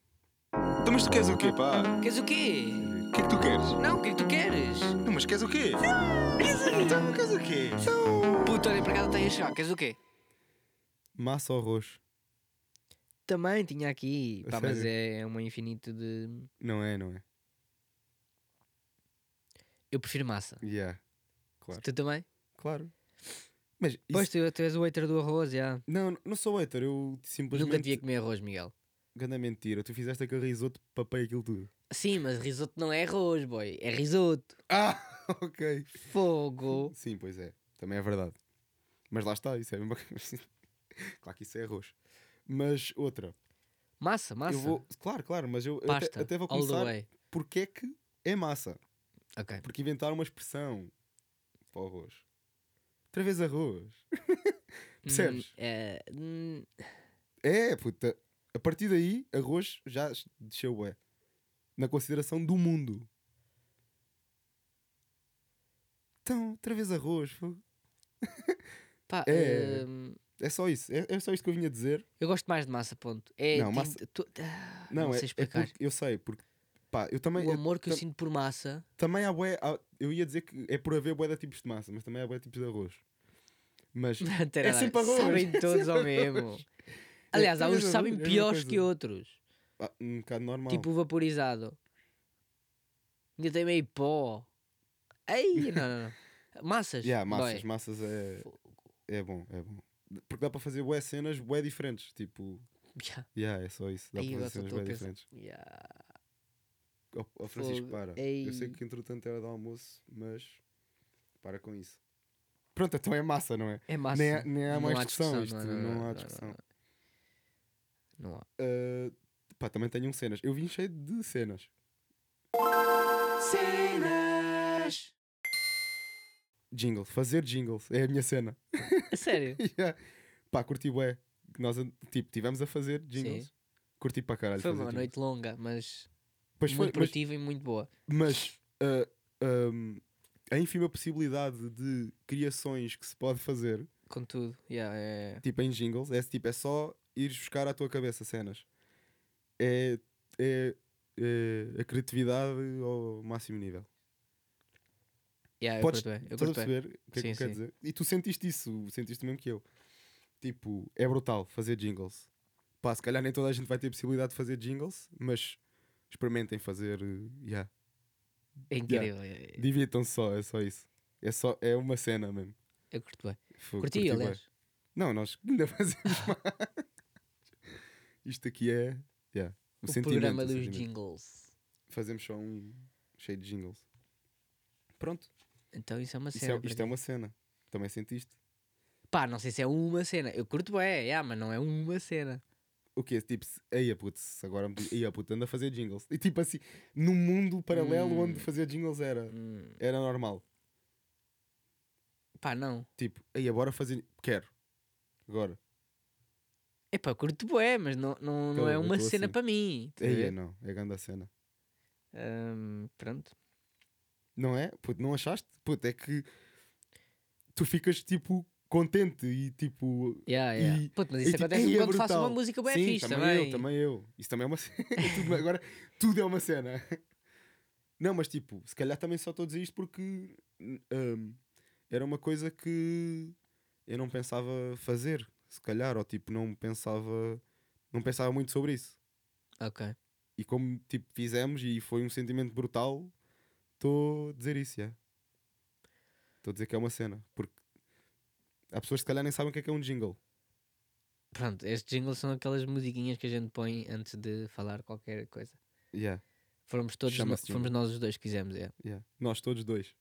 Speaker 3: Então, mas tu queres o quê, pá?
Speaker 2: Queres o quê?
Speaker 3: O que é que tu queres?
Speaker 2: Não, o que é que tu queres?
Speaker 3: Não, mas queres o quê? Então, queres o quê?
Speaker 2: Puto, olha para cá, tenho a chegar. Queres o quê?
Speaker 1: Massa ou arroz?
Speaker 2: Também tinha aqui.
Speaker 1: A
Speaker 2: Pá, mas
Speaker 1: sério?
Speaker 2: é um infinito de.
Speaker 1: Não é, não é?
Speaker 2: Eu prefiro massa.
Speaker 1: Yeah. Claro.
Speaker 2: Tu também?
Speaker 1: Claro. Mas isso-
Speaker 2: Pois, tu, tu és o hater do arroz, já.
Speaker 1: não, não sou hater, eu
Speaker 2: Nunca
Speaker 1: simplesmente.
Speaker 2: devia comer arroz, Miguel.
Speaker 1: Ganda mentira, tu fizeste aquele risoto, papei aquilo tudo.
Speaker 2: Sim, mas risoto não é arroz, boy. É risoto.
Speaker 1: Ah, ok.
Speaker 2: Fogo.
Speaker 1: Sim, pois é, também é verdade. Mas lá está, isso é mesmo. claro que isso é arroz. Mas outra,
Speaker 2: Massa, massa.
Speaker 1: eu vou. Claro, claro, mas eu eu até-
Speaker 2: Pasta.
Speaker 1: até, vou
Speaker 2: all the
Speaker 1: começar
Speaker 2: way.
Speaker 1: porque é que é massa.
Speaker 2: Ok.
Speaker 1: Porque inventaram uma expressão para o arroz. Outra vez arroz. Percebes?
Speaker 2: Hum, é, hum,
Speaker 1: É, puta. A partir daí, arroz já desceu bué. Na consideração do mundo. Então, outra vez arroz. fogo.
Speaker 2: pá,
Speaker 1: É.
Speaker 2: hum,
Speaker 1: É só isso. É, é só isto que eu vinha dizer.
Speaker 2: eu gosto mais de massa, ponto. É,
Speaker 1: Não,
Speaker 2: tipo,
Speaker 1: massa-
Speaker 2: tu- ah,
Speaker 1: Não, é,
Speaker 2: sei
Speaker 1: é
Speaker 2: explicar.
Speaker 1: porque eu sei, porque pá, eu também,
Speaker 2: o amor que eu
Speaker 1: tam-
Speaker 2: sinto por massa.
Speaker 1: também há bué. há- eu ia dizer que é por haver bué de tipos de massa, mas também há bué de tipos de arroz. Mas
Speaker 2: Não tem
Speaker 1: É
Speaker 2: nada a ver.
Speaker 1: sempre arroz,
Speaker 2: Sabem
Speaker 1: é
Speaker 2: todos
Speaker 1: sempre
Speaker 2: ao
Speaker 1: arroz.
Speaker 2: mesmo. Aliás, há uns que
Speaker 1: Mas arroz é
Speaker 2: sabem
Speaker 1: a mesma
Speaker 2: piores que
Speaker 1: coisa.
Speaker 2: outros.
Speaker 1: ah, um bocado normal.
Speaker 2: Tipo vaporizado. Ainda tem meio pó. Ei, não, não, não. Massas.
Speaker 1: Yeah,
Speaker 2: boy.
Speaker 1: massas, massas é, é bom, é bom. Porque dá para fazer bué cenas bué diferentes. Tipo,
Speaker 2: Yeah,
Speaker 1: yeah, é só isso. Dá
Speaker 2: Aí
Speaker 1: para
Speaker 2: agora
Speaker 1: fazer
Speaker 2: só estou
Speaker 1: cenas
Speaker 2: a
Speaker 1: bué
Speaker 2: pensar.
Speaker 1: diferentes.
Speaker 2: yeah.
Speaker 1: Ó ó, Francisco,
Speaker 2: Fogo.
Speaker 1: para. Eu sei
Speaker 2: Ei.
Speaker 1: que entretanto era de almoço, mas para com isso. Pronto, então é massa, não é?
Speaker 2: É massa.
Speaker 1: Nem há, nem há
Speaker 2: Não
Speaker 1: mais
Speaker 2: há
Speaker 1: discussão.
Speaker 2: discussão,
Speaker 1: Isto
Speaker 2: não, não, não,
Speaker 1: não
Speaker 2: não, é
Speaker 1: há
Speaker 2: não,
Speaker 1: discussão.
Speaker 2: Não há.
Speaker 1: Ah, Pá, também tenho um cenas. Eu vim cheio de cenas.
Speaker 2: Cenas!
Speaker 1: Jingles, fazer jingles é a minha cena.
Speaker 2: A sério?
Speaker 1: Yeah. Pá, curti bué. Nós, an- tipo, tivemos a fazer jingles. Curti para caralho.
Speaker 2: Foi
Speaker 1: fazer
Speaker 2: uma
Speaker 1: jingles.
Speaker 2: noite longa, mas
Speaker 1: Pois foi,
Speaker 2: muito
Speaker 1: mas-
Speaker 2: produtiva e muito boa.
Speaker 1: Mas ah, ahm, a ínfima possibilidade de criações que se pode fazer,
Speaker 2: Contudo, yeah, é.
Speaker 1: tipo em jingles, é, tipo, é só ir buscar à tua cabeça cenas. É, é, é a criatividade ao máximo nível.
Speaker 2: yeah, eu
Speaker 1: Podes-
Speaker 2: curto bem, eu
Speaker 1: Estás a
Speaker 2: curto bem.
Speaker 1: perceber o que é que
Speaker 2: Sim,
Speaker 1: eu quero
Speaker 2: sim.
Speaker 1: dizer? E tu sentiste isso, sentiste o mesmo que eu. Tipo, é brutal fazer jingles. Pá, se calhar nem toda a gente vai ter possibilidade de fazer jingles, mas experimentem fazer. eh, Yeah.
Speaker 2: É incrível. é-
Speaker 1: Divirtam-se só, é só isso. É, só, é uma cena mesmo.
Speaker 2: Eu curto bem.
Speaker 1: Fogo,
Speaker 2: Curti,
Speaker 1: curti bué.
Speaker 2: aliás.
Speaker 1: Não, nós ainda fazemos mais. Isto aqui é. yeah,
Speaker 2: O
Speaker 1: o, sentimento,
Speaker 2: programa
Speaker 1: o
Speaker 2: dos
Speaker 1: sentimento.
Speaker 2: jingles.
Speaker 1: Fazemos só um cheio de jingles. Pronto,
Speaker 2: Então isso é uma
Speaker 1: isso
Speaker 2: cena.
Speaker 1: é- isto
Speaker 2: para
Speaker 1: é
Speaker 2: mim.
Speaker 1: uma cena. Também sentiste.
Speaker 2: Pá, não sei se é uma cena. Eu curto bem, yeah, mas não é uma cena.
Speaker 1: o que é tipo, se- ei a putz, agora me diz- ei a puta, anda a fazer jingles. E tipo assim, num mundo paralelo
Speaker 2: Hum.
Speaker 1: onde fazer jingles era,
Speaker 2: Hum,
Speaker 1: era normal.
Speaker 2: Pá, não.
Speaker 1: Tipo, ei, agora fazer. Quero. Agora.
Speaker 2: É pá, curto bué, mas não, não, não
Speaker 1: Calma,
Speaker 2: é
Speaker 1: eu
Speaker 2: uma
Speaker 1: tô
Speaker 2: cena
Speaker 1: assim.
Speaker 2: para mim. estás a
Speaker 1: Ei, é
Speaker 2: ver?
Speaker 1: não, é grande a cena.
Speaker 2: Hum, pronto.
Speaker 1: Não é? Puto, não achaste? Puto, é que tu ficas tipo contente e tipo.
Speaker 2: Yeah, yeah.
Speaker 1: E-
Speaker 2: Puto, mas
Speaker 1: e,
Speaker 2: isso
Speaker 1: tipo,
Speaker 2: acontece
Speaker 1: ei, é
Speaker 2: quando faço uma
Speaker 1: brutal.
Speaker 2: música bem
Speaker 1: Sim,
Speaker 2: fixe
Speaker 1: também, eu, também eu. Isso também é uma cena. Tudo- agora tudo é uma cena. Não, mas tipo, se calhar também só estou a dizer isto porque hum, era uma coisa que eu não pensava fazer, se calhar, ou tipo, não pensava, não pensava muito sobre isso.
Speaker 2: Ok.
Speaker 1: E como tipo fizemos e foi um sentimento brutal, estou a dizer isso, é. Estou a dizer que é uma cena, porque há pessoas que se calhar nem sabem o que é que é um jingle.
Speaker 2: Pronto, estes jingles são aquelas musiquinhas que a gente põe antes de falar qualquer coisa.
Speaker 1: Yeah,
Speaker 2: Fomos todos, no,
Speaker 1: Chama-se
Speaker 2: fomos nós os dois que fizemos, é.
Speaker 1: yeah. Nós todos dois.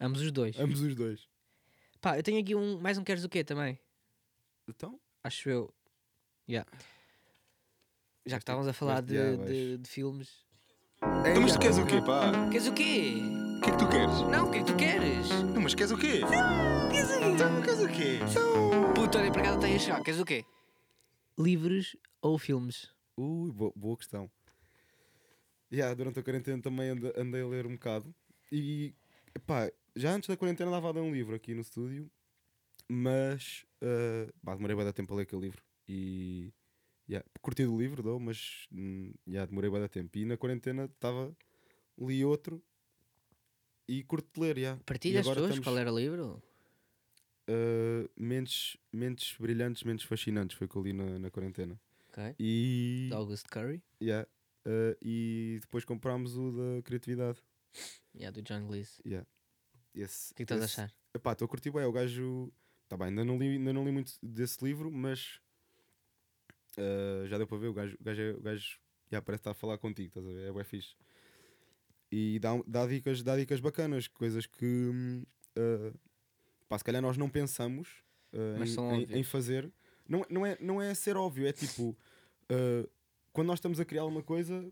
Speaker 2: Ambos os dois.
Speaker 1: Ambos os dois.
Speaker 2: Pá, eu tenho aqui um, mais um queres o quê também?
Speaker 1: Então,
Speaker 2: Acho eu. Yeah. Já
Speaker 1: Vais ter
Speaker 2: que estávamos a
Speaker 1: que-
Speaker 2: falar
Speaker 1: vais-
Speaker 2: de,
Speaker 1: yeah,
Speaker 2: de, de filmes.
Speaker 3: Então, mas tu queres o quê, pá?
Speaker 2: Queres o quê?
Speaker 3: O que é que tu queres?
Speaker 2: Não, o que é que tu queres?
Speaker 3: Não, mas queres o quê? Então, queres o quê?
Speaker 2: Puta, olha para cá, tenho a chegar. Queres o quê? Livros ou filmes?
Speaker 1: Ui, bo- boa questão. Yeah, durante a quarentena também ande- andei a ler um bocado. E pá, já antes da quarentena andava a ler um livro aqui no estúdio, mas ah, pá, demorei bem dar tempo a ler aquele livro. E yeah, curti do livro, dou, mas hum, yeah, demorei bem dar tempo. E na quarentena estava, li outro e curto de ler. Yeah.
Speaker 2: Partilhas
Speaker 1: agora
Speaker 2: hoje
Speaker 1: estamos-
Speaker 2: qual era o livro?
Speaker 1: Ah, mentes, mentes brilhantes, mentes fascinantes foi o que eu li na, na quarentena.
Speaker 2: Ok.
Speaker 1: E.
Speaker 2: De August Curry.
Speaker 1: Yeah. Uh, e depois comprámos o da criatividade.
Speaker 2: Yeah, do John Gleese.
Speaker 1: Yeah. Esse,
Speaker 2: O que é que estás a
Speaker 1: esse-
Speaker 2: achar?
Speaker 1: Epá, estou a curtir bem. O gajo. Tá bem, ainda não li, ainda não li muito desse livro, mas. uh, já deu para ver. O gajo, o gajo, é- o gajo yeah, parece estar a falar contigo, estás a ver? É bem fixe. E dá, dá, dicas, dá dicas bacanas, coisas que. hum, uh, pá, se calhar nós não pensamos uh,
Speaker 2: Mas
Speaker 1: em,
Speaker 2: são
Speaker 1: em-
Speaker 2: óbvias.
Speaker 1: em fazer. Não, não, é, não é ser óbvio, é tipo. uh, quando nós estamos a criar alguma coisa,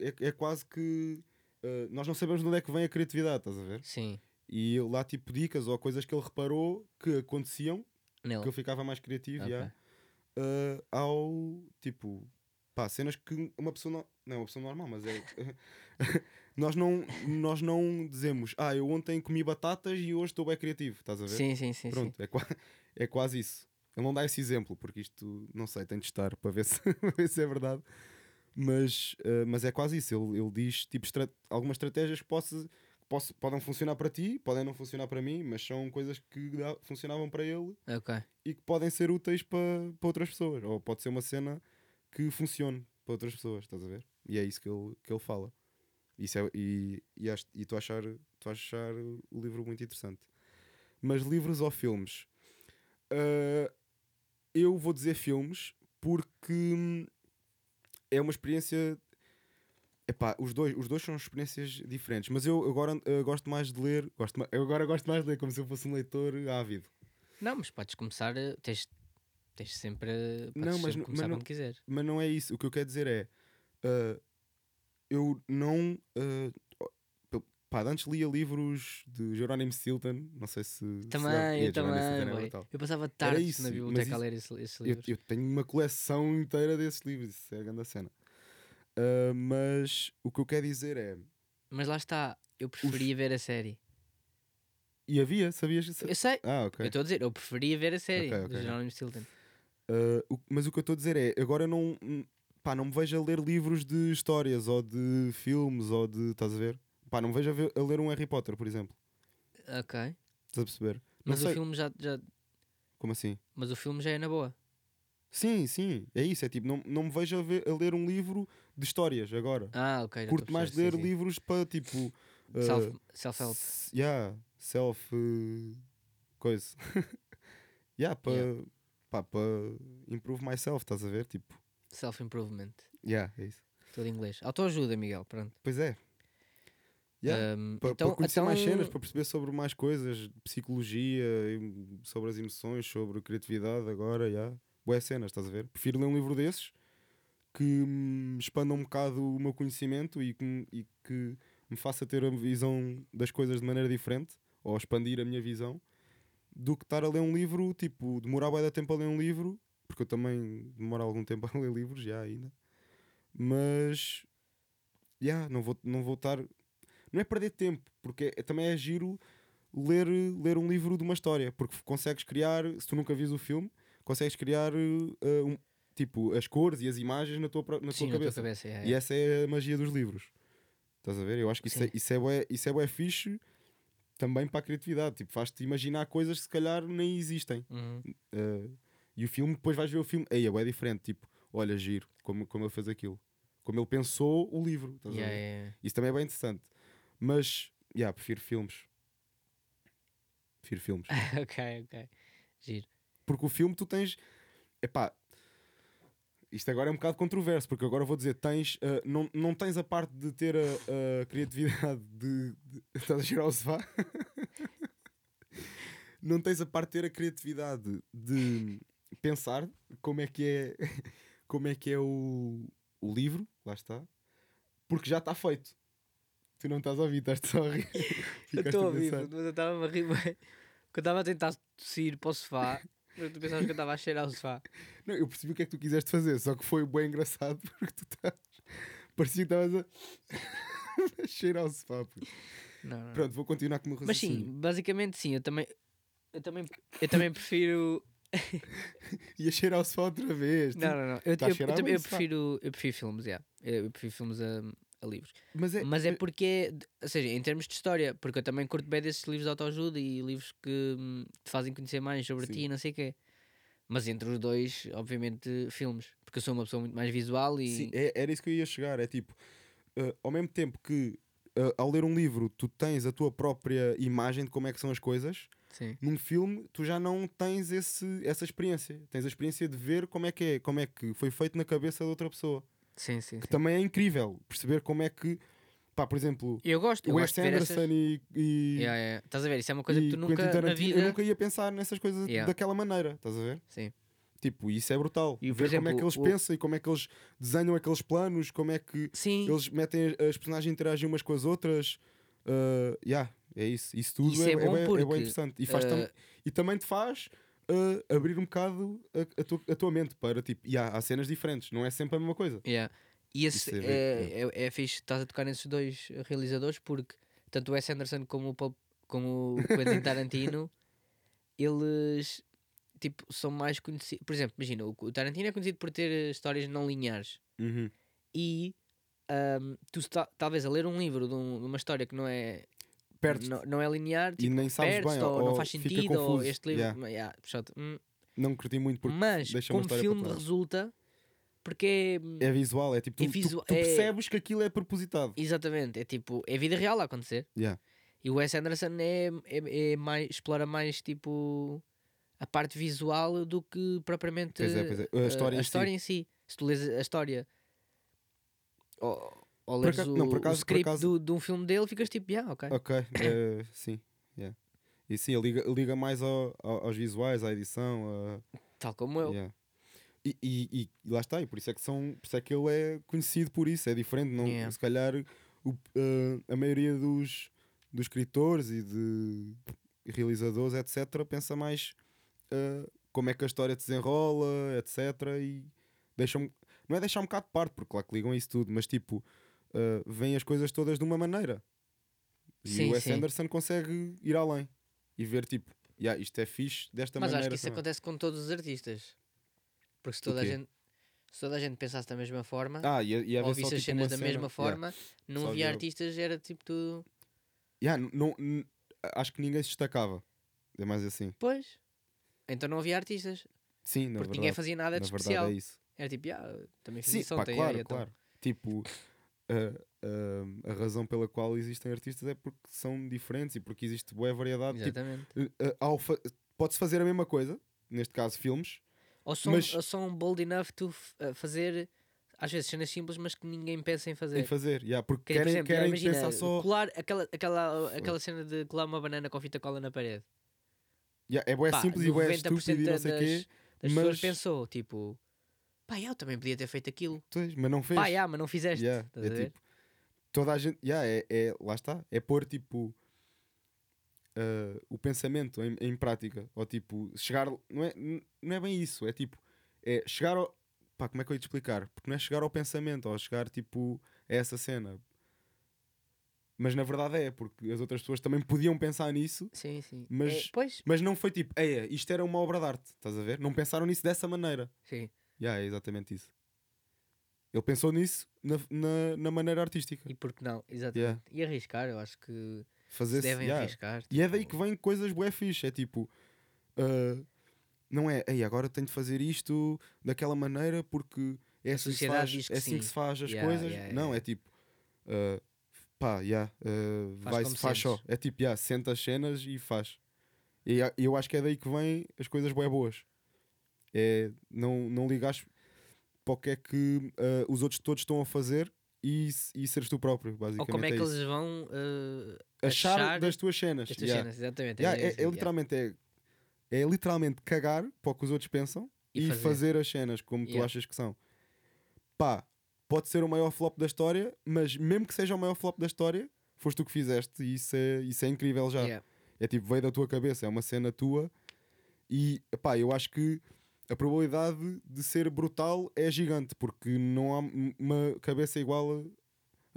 Speaker 1: é, é quase que. uh, nós não sabemos de onde é que vem a criatividade, estás a ver?
Speaker 2: Sim,
Speaker 1: E ele dá tipo dicas ou coisas que ele reparou que aconteciam, que
Speaker 2: nele.
Speaker 1: ele ficava mais criativo
Speaker 2: Ok.
Speaker 1: já, ah, ao tipo pá, cenas que uma pessoa não, não é uma pessoa normal, mas é nós, não, nós não dizemos ah, eu ontem comi batatas e hoje estou bem criativo, estás a ver?
Speaker 2: Sim, sim, sim. sim.
Speaker 1: Pronto, é, qua- é quase isso. Ele não dá esse exemplo, porque isto não sei, tem de estar para ver se, para ver se é verdade. Mas, ah, mas é quase isso. Ele, ele diz tipo, estra- algumas estratégias que possa- que possa- podem funcionar para ti, podem não funcionar para mim, mas são coisas que dá- funcionavam para ele
Speaker 2: Ok.
Speaker 1: e que podem ser úteis para, para outras pessoas. Ou pode ser uma cena que funcione para outras pessoas, estás a ver? E é isso que ele, que ele fala. Isso é, e e acho- e estou a achar, estou a achar o livro muito interessante. Mas livros ou filmes? Ah, eu vou dizer filmes porque hum, é uma experiência. Epá, os dois, os dois são experiências diferentes, mas eu agora ah, gosto mais de ler. Gosto, ma- eu agora gosto mais de ler como se eu fosse um leitor ávido.
Speaker 2: Não, mas podes começar. eh, Tens, tens sempre. eh, Podes
Speaker 1: Não, mas
Speaker 2: sempre
Speaker 1: não- mas
Speaker 2: começar
Speaker 1: não-
Speaker 2: quando quiser.
Speaker 1: mas não é isso. O que eu quero dizer é. ah, eu não. ah, oh, pel- pá, de antes lia livros de Jerónimo Stilton. Não sei se. se sabe.
Speaker 2: Também,
Speaker 1: Yeah,
Speaker 2: eu
Speaker 1: Jerónimo Stilton
Speaker 2: também.
Speaker 1: tá era
Speaker 2: bué.
Speaker 1: brutal.
Speaker 2: eu passava tarde
Speaker 1: isso,
Speaker 2: na
Speaker 1: mas
Speaker 2: biblioteca a
Speaker 1: isso-
Speaker 2: ler esse, esse
Speaker 1: Eu,
Speaker 2: livro.
Speaker 1: eu tenho uma coleção inteira desses livros. Isso é a grande cena. Ah, mas o que eu quero dizer é.
Speaker 2: Mas lá está, eu preferia ver a série.
Speaker 1: E havia, sabias? sa-
Speaker 2: Eu sei,
Speaker 1: Ah,
Speaker 2: eu
Speaker 1: ok.
Speaker 2: estou a dizer, eu preferia ver a série
Speaker 1: Ok, ok.
Speaker 2: do Jerónimo Stilton.
Speaker 1: Ah, o- mas o que eu estou a dizer é, agora eu não, hum, pá, não me vejo a ler livros de histórias ou de filmes ou de. estás a ver? Pá, não me vejo a, ver- a ler um Harry Potter, por exemplo.
Speaker 2: Ok.
Speaker 1: Estás a perceber? Não
Speaker 2: Mas o
Speaker 1: sei.
Speaker 2: filme já, já-
Speaker 1: Como assim?
Speaker 2: Mas o filme já é na boa.
Speaker 1: Sim, sim, é isso. É tipo, não, não me vejo a, ver- a ler um livro de histórias agora.
Speaker 2: Ah, ok. já
Speaker 1: Curto
Speaker 2: estou a
Speaker 1: mais
Speaker 2: perceber,
Speaker 1: ler
Speaker 2: sim, sim.
Speaker 1: livros para tipo. ah,
Speaker 2: Self- Self-help.
Speaker 1: S- Yeah, self. eh, coisa. yeah, para.
Speaker 2: Yeah.
Speaker 1: Pá, para improve myself, estás a ver? Tipo,
Speaker 2: Self-improvement.
Speaker 1: yeah, é isso.
Speaker 2: Tudo em inglês. Autoajuda, Miguel, pronto.
Speaker 1: Pois é. Yeah.
Speaker 2: Um,
Speaker 1: para
Speaker 2: então,
Speaker 1: conhecer mais
Speaker 2: então-
Speaker 1: cenas, para perceber sobre mais coisas, psicologia, em- sobre as emoções, sobre criatividade agora, yeah. boas cenas, estás a ver? Prefiro ler um livro desses que me expanda um bocado o meu conhecimento e que, me- e que me faça ter a visão das coisas de maneira diferente ou expandir a minha visão do que estar a ler um livro, tipo, demorar bué da tempo a ler um livro, porque eu também demoro algum tempo a ler livros, já ainda. Mas, já, não, vou, não vou estar... Não é perder tempo, porque é- também é giro ler, ler um livro de uma história, porque consegues criar, se tu nunca vis o filme, consegues criar, eh, um- tipo, as cores e as imagens na tua, pró- na
Speaker 2: Sim,
Speaker 1: tua
Speaker 2: na
Speaker 1: cabeça.
Speaker 2: tua cabeça. é, é.
Speaker 1: E essa é a magia dos livros. Estás a ver? Eu acho que isso
Speaker 2: Sim.
Speaker 1: é, isso, é bué, isso é bué fixe também para a criatividade. Tipo, faz-te imaginar coisas que se calhar nem existem.
Speaker 2: Uhum.
Speaker 1: Ah, e o filme, depois vais ver o filme, aí é bué diferente. Tipo, olha, giro, como, como ele fez aquilo. Como ele pensou o livro. estás a
Speaker 2: Yeah,
Speaker 1: ver?
Speaker 2: yeah, yeah.
Speaker 1: Isso também é bem interessante. Mas, yeah, prefiro filmes. Prefiro filmes.
Speaker 2: ok, ok. Giro.
Speaker 1: Porque o filme tu tens. Epá. Isto agora é um bocado controverso, porque agora vou dizer: tens, ah, não, não tens a parte de ter a, a criatividade de, de- Estás a girar o sofá? não tens a parte de ter a criatividade de pensar como é que é, como é, que é o, o livro, lá está, porque já está feito. Tu não estás a ouvir, estás só a rir.
Speaker 2: Eu
Speaker 1: Ficaste
Speaker 2: estou a
Speaker 1: pensar.
Speaker 2: ouvir, puto, mas eu estava a rir bué. Porque eu estava a tentar tossir para o sofá. mas tu pensavas que eu estava a cheirar o sofá.
Speaker 1: Não, eu percebi o que é que tu quiseste fazer, só que foi bem engraçado porque tu estás. Parecia que estavas a... a cheirar o sofá. puto.
Speaker 2: Não, não, não.
Speaker 1: Pronto, assim- vou continuar com o meu
Speaker 2: Mas
Speaker 1: raciocínio.
Speaker 2: sim, basicamente sim, eu também. Eu também, eu também prefiro.
Speaker 1: Ia cheirar o sofá outra vez.
Speaker 2: Não,
Speaker 1: tipo,
Speaker 2: não, não. Eu,
Speaker 1: Tá a
Speaker 2: eu- eu
Speaker 1: cheirar
Speaker 2: também-
Speaker 1: bem,
Speaker 2: eu
Speaker 1: está.
Speaker 2: prefiro, eu prefiro filmes, yeah. eu, eu prefiro filmes a, a livros.
Speaker 1: Mas é.
Speaker 2: Mas é porque, é- ou seja, em termos de história, porque eu também curto bem desses livros de autoajuda e livros que hum, te fazem conhecer mais sobre ti
Speaker 1: Sim.
Speaker 2: e não sei o quê. Mas entre os dois, obviamente, filmes. Porque eu sou uma pessoa muito mais visual e.
Speaker 1: Sim, é- era isso que eu ia chegar. É tipo, eh, ao mesmo tempo que eh, ao ler um livro tu tens a tua própria imagem de como é que são as coisas,
Speaker 2: Sim.
Speaker 1: num filme tu já não tens esse, essa experiência. Tens a experiência de ver como é que é, como é que foi feito na cabeça de outra pessoa.
Speaker 2: Sim, sim.
Speaker 1: Que
Speaker 2: sim.
Speaker 1: também é incrível perceber como é que. Pá, por exemplo,
Speaker 2: Eu gosto, eu
Speaker 1: o
Speaker 2: gosto
Speaker 1: Wes
Speaker 2: de ver
Speaker 1: Anderson
Speaker 2: essas...
Speaker 1: e, e,
Speaker 2: Yeah, yeah. Estás a ver? Isso é uma coisa
Speaker 1: e
Speaker 2: que tu
Speaker 1: Quentin
Speaker 2: nunca na
Speaker 1: Tarantino,
Speaker 2: vida.
Speaker 1: eu nunca ia pensar nessas coisas
Speaker 2: Yeah.
Speaker 1: daquela maneira, estás a ver?
Speaker 2: Sim.
Speaker 1: Tipo, isso é brutal.
Speaker 2: E, por
Speaker 1: ver como é que
Speaker 2: exemplo,
Speaker 1: eles
Speaker 2: o-
Speaker 1: pensam e como é que eles desenham aqueles planos, como é que
Speaker 2: Sim.
Speaker 1: eles metem as- as personagens interagem umas com as outras. Uh, yeah, é isso. Isso tudo
Speaker 2: Isso
Speaker 1: é,
Speaker 2: é bom
Speaker 1: bem,
Speaker 2: porque,
Speaker 1: bem interessante. E, faz tam-
Speaker 2: eh,
Speaker 1: e também te faz uh, abrir um bocado a, a tua, a tua mente para tipo, yeah, há cenas diferentes, não é sempre a mesma coisa.
Speaker 2: Yeah. E esse
Speaker 1: Isso é
Speaker 2: é, é, é fixe, estás a tocar nesses dois realizadores porque tanto o Wes Anderson como o, Paul- como o Quentin Tarantino eles tipo, são mais conhecidos. Por exemplo, imagina, o o Tarantino é conhecido por ter eh, histórias não lineares
Speaker 1: Uhum.
Speaker 2: e ahm, tu está, talvez a ler um livro de, um- de uma história que não é,
Speaker 1: Perdes-te
Speaker 2: não, não é linear,
Speaker 1: e
Speaker 2: tipo,
Speaker 1: nem sabes
Speaker 2: perdes-te
Speaker 1: bem,
Speaker 2: ou, não faz
Speaker 1: fica
Speaker 2: sentido, ou
Speaker 1: confuso.
Speaker 2: este livro.
Speaker 1: Yeah,
Speaker 2: mas, yeah, puxado, hum.
Speaker 1: Não curti muito porque
Speaker 2: Mas
Speaker 1: deixa
Speaker 2: como
Speaker 1: uma história para
Speaker 2: filme
Speaker 1: trás.
Speaker 2: resulta porque é, hum,
Speaker 1: É visual, é tipo, tu,
Speaker 2: É
Speaker 1: tu-
Speaker 2: visu-
Speaker 1: tu
Speaker 2: é-
Speaker 1: percebes que aquilo é propositado.
Speaker 2: Exatamente, é tipo, é vida real a acontecer.
Speaker 1: Yeah.
Speaker 2: E o Wes Anderson é, é, é mais, explora mais tipo a parte visual do que propriamente
Speaker 1: Pois é, pois é. A
Speaker 2: eh,
Speaker 1: história em si.
Speaker 2: em si. Se tu lês a história ou, ou
Speaker 1: Por
Speaker 2: lês
Speaker 1: acaso-
Speaker 2: o,
Speaker 1: não, por
Speaker 2: o
Speaker 1: acaso- por
Speaker 2: script
Speaker 1: acaso-
Speaker 2: do- de um filme dele, ficas tipo, yeah, ok.
Speaker 1: Ok, eh, sim. yeah. E sim, liga, liga mais ao- ao- aos visuais, à edição.
Speaker 2: Tal como
Speaker 1: a-
Speaker 2: eu.
Speaker 1: yeah. e, e- e lá está, e por isso, é que são, por isso é que ele é conhecido por isso, é diferente. Não,
Speaker 2: Yeah.
Speaker 1: Se calhar o- eh, a maioria dos, dos escritores e de realizadores, etc., pensa mais eh, como é que a história desenrola, etc. E deixam, não é deixar um bocado de parte, porque claro que ligam a isso tudo, mas tipo, eh, vêm as coisas todas de uma maneira. E
Speaker 2: Sim,
Speaker 1: o Wes
Speaker 2: sim.
Speaker 1: Anderson consegue ir além. e ver tipo, yeah, isto é fixe desta
Speaker 2: Mas
Speaker 1: maneira.
Speaker 2: acho que isso
Speaker 1: também.
Speaker 2: acontece com todos os artistas. Porque se
Speaker 1: O
Speaker 2: toda a
Speaker 1: quê?
Speaker 2: gente, se toda a gente pensasse da mesma forma,
Speaker 1: Ah, e, e
Speaker 2: ou
Speaker 1: havia
Speaker 2: ouvisse
Speaker 1: só,
Speaker 2: as
Speaker 1: tipo,
Speaker 2: cenas
Speaker 1: uma
Speaker 2: da
Speaker 1: cena-
Speaker 2: mesma
Speaker 1: yeah.
Speaker 2: forma, não
Speaker 1: Só
Speaker 2: havia
Speaker 1: havia-
Speaker 2: artistas, era tipo tudo.
Speaker 1: Yeah, n- não, n- acho que ninguém se destacava. É mais assim.
Speaker 2: Pois. Então não havia artistas.
Speaker 1: Sim, na
Speaker 2: porque
Speaker 1: verdade.
Speaker 2: ninguém fazia nada de
Speaker 1: na verdade
Speaker 2: especial.
Speaker 1: é isso.
Speaker 2: Era tipo, "Ya, também fiz
Speaker 1: Sim,
Speaker 2: isso
Speaker 1: pá,
Speaker 2: ontem.
Speaker 1: claro,
Speaker 2: ya, então."
Speaker 1: claro. Tipo, a- a- a razão pela qual existem artistas é porque são diferentes e porque existe boa variedade. Tipo,
Speaker 2: Exatamente.
Speaker 1: eh, eh, ao fa- pode-se fazer a mesma coisa, neste caso filmes.
Speaker 2: Ou são,
Speaker 1: mas-
Speaker 2: ou são bold enough to f- a fazer, às vezes, cenas simples, mas que ninguém pensa em fazer.
Speaker 1: Em fazer, yeah, porque
Speaker 2: Que é, por
Speaker 1: querem,
Speaker 2: exemplo, ya,
Speaker 1: querem
Speaker 2: imagina,
Speaker 1: pensar só.
Speaker 2: colar aquela, aquela, aquela cena de colar uma banana com fita cola na parede.
Speaker 1: Yeah, é bué
Speaker 2: Pá,
Speaker 1: simples e bué
Speaker 2: 90%
Speaker 1: estúpido e não sei o
Speaker 2: das,
Speaker 1: quê,
Speaker 2: das pessoas
Speaker 1: mas-
Speaker 2: pensou, tipo, pá, eu também podia ter feito aquilo.
Speaker 1: pois, mas não fez.
Speaker 2: Pá, ya, mas não fizeste.
Speaker 1: Yeah,
Speaker 2: estás a
Speaker 1: é
Speaker 2: ver?
Speaker 1: tipo, toda a gente, yeah, é, é- lá está, é pôr tipo ah, o pensamento em, em prática, ou tipo, chegar, não é, n- não é bem isso, é tipo, é chegar ao, pá, como é que eu ia te explicar? Porque não é chegar ao pensamento, ou chegar tipo a essa cena, mas na verdade é, porque as outras pessoas também podiam pensar nisso,
Speaker 2: Sim, sim.
Speaker 1: Mas-
Speaker 2: É, pois,
Speaker 1: mas não foi tipo, "Eia, isto era uma obra de arte, estás a ver? Não pensaram nisso dessa maneira.
Speaker 2: sim.
Speaker 1: Yeah, é exatamente isso. Ele pensou nisso na, na, na maneira artística.
Speaker 2: E por que não? Exatamente.
Speaker 1: Yeah.
Speaker 2: E arriscar, eu acho que se
Speaker 1: Fazer
Speaker 2: devem
Speaker 1: yeah.
Speaker 2: arriscar. tipo,
Speaker 1: E é daí que vêm coisas bué fixe. É tipo, ah, não é, ei, agora tenho de fazer isto daquela maneira porque é,
Speaker 2: A
Speaker 1: assim, que se
Speaker 2: sociedade
Speaker 1: faz,
Speaker 2: diz que
Speaker 1: é assim
Speaker 2: sim.
Speaker 1: que se faz as
Speaker 2: Yeah,
Speaker 1: coisas.
Speaker 2: yeah,
Speaker 1: não,
Speaker 2: yeah.
Speaker 1: é tipo, ah, pá, yeah, ah,
Speaker 2: Faz
Speaker 1: vai,
Speaker 2: como
Speaker 1: faz só.
Speaker 2: sentes.
Speaker 1: É tipo, yeah, senta as cenas e faz. E a- eu acho que é daí que vêm as coisas bué boas. É, não, não ligares para o que é que ah, os outros todos estão a fazer e, se- e seres tu próprio, basicamente.
Speaker 2: Ou como é que
Speaker 1: é isso.
Speaker 2: eles vão eh,
Speaker 1: achar,
Speaker 2: achar
Speaker 1: das tuas cenas.
Speaker 2: estas
Speaker 1: yeah.
Speaker 2: cenas? Exatamente.
Speaker 1: Yeah, é,
Speaker 2: isso,
Speaker 1: é literalmente é, é literalmente cagar para o que os outros pensam e, fazer. as cenas como tu
Speaker 2: Yeah.
Speaker 1: achas que são. Pá, pode ser o maior flop da história, mas mesmo que seja o maior flop da história, foste tu que fizeste e isso é, isso é incrível já.
Speaker 2: Yeah.
Speaker 1: É tipo, veio da tua cabeça, é uma cena tua e pá, eu acho que a probabilidade de ser brutal é gigante porque não há m- uma cabeça igual a,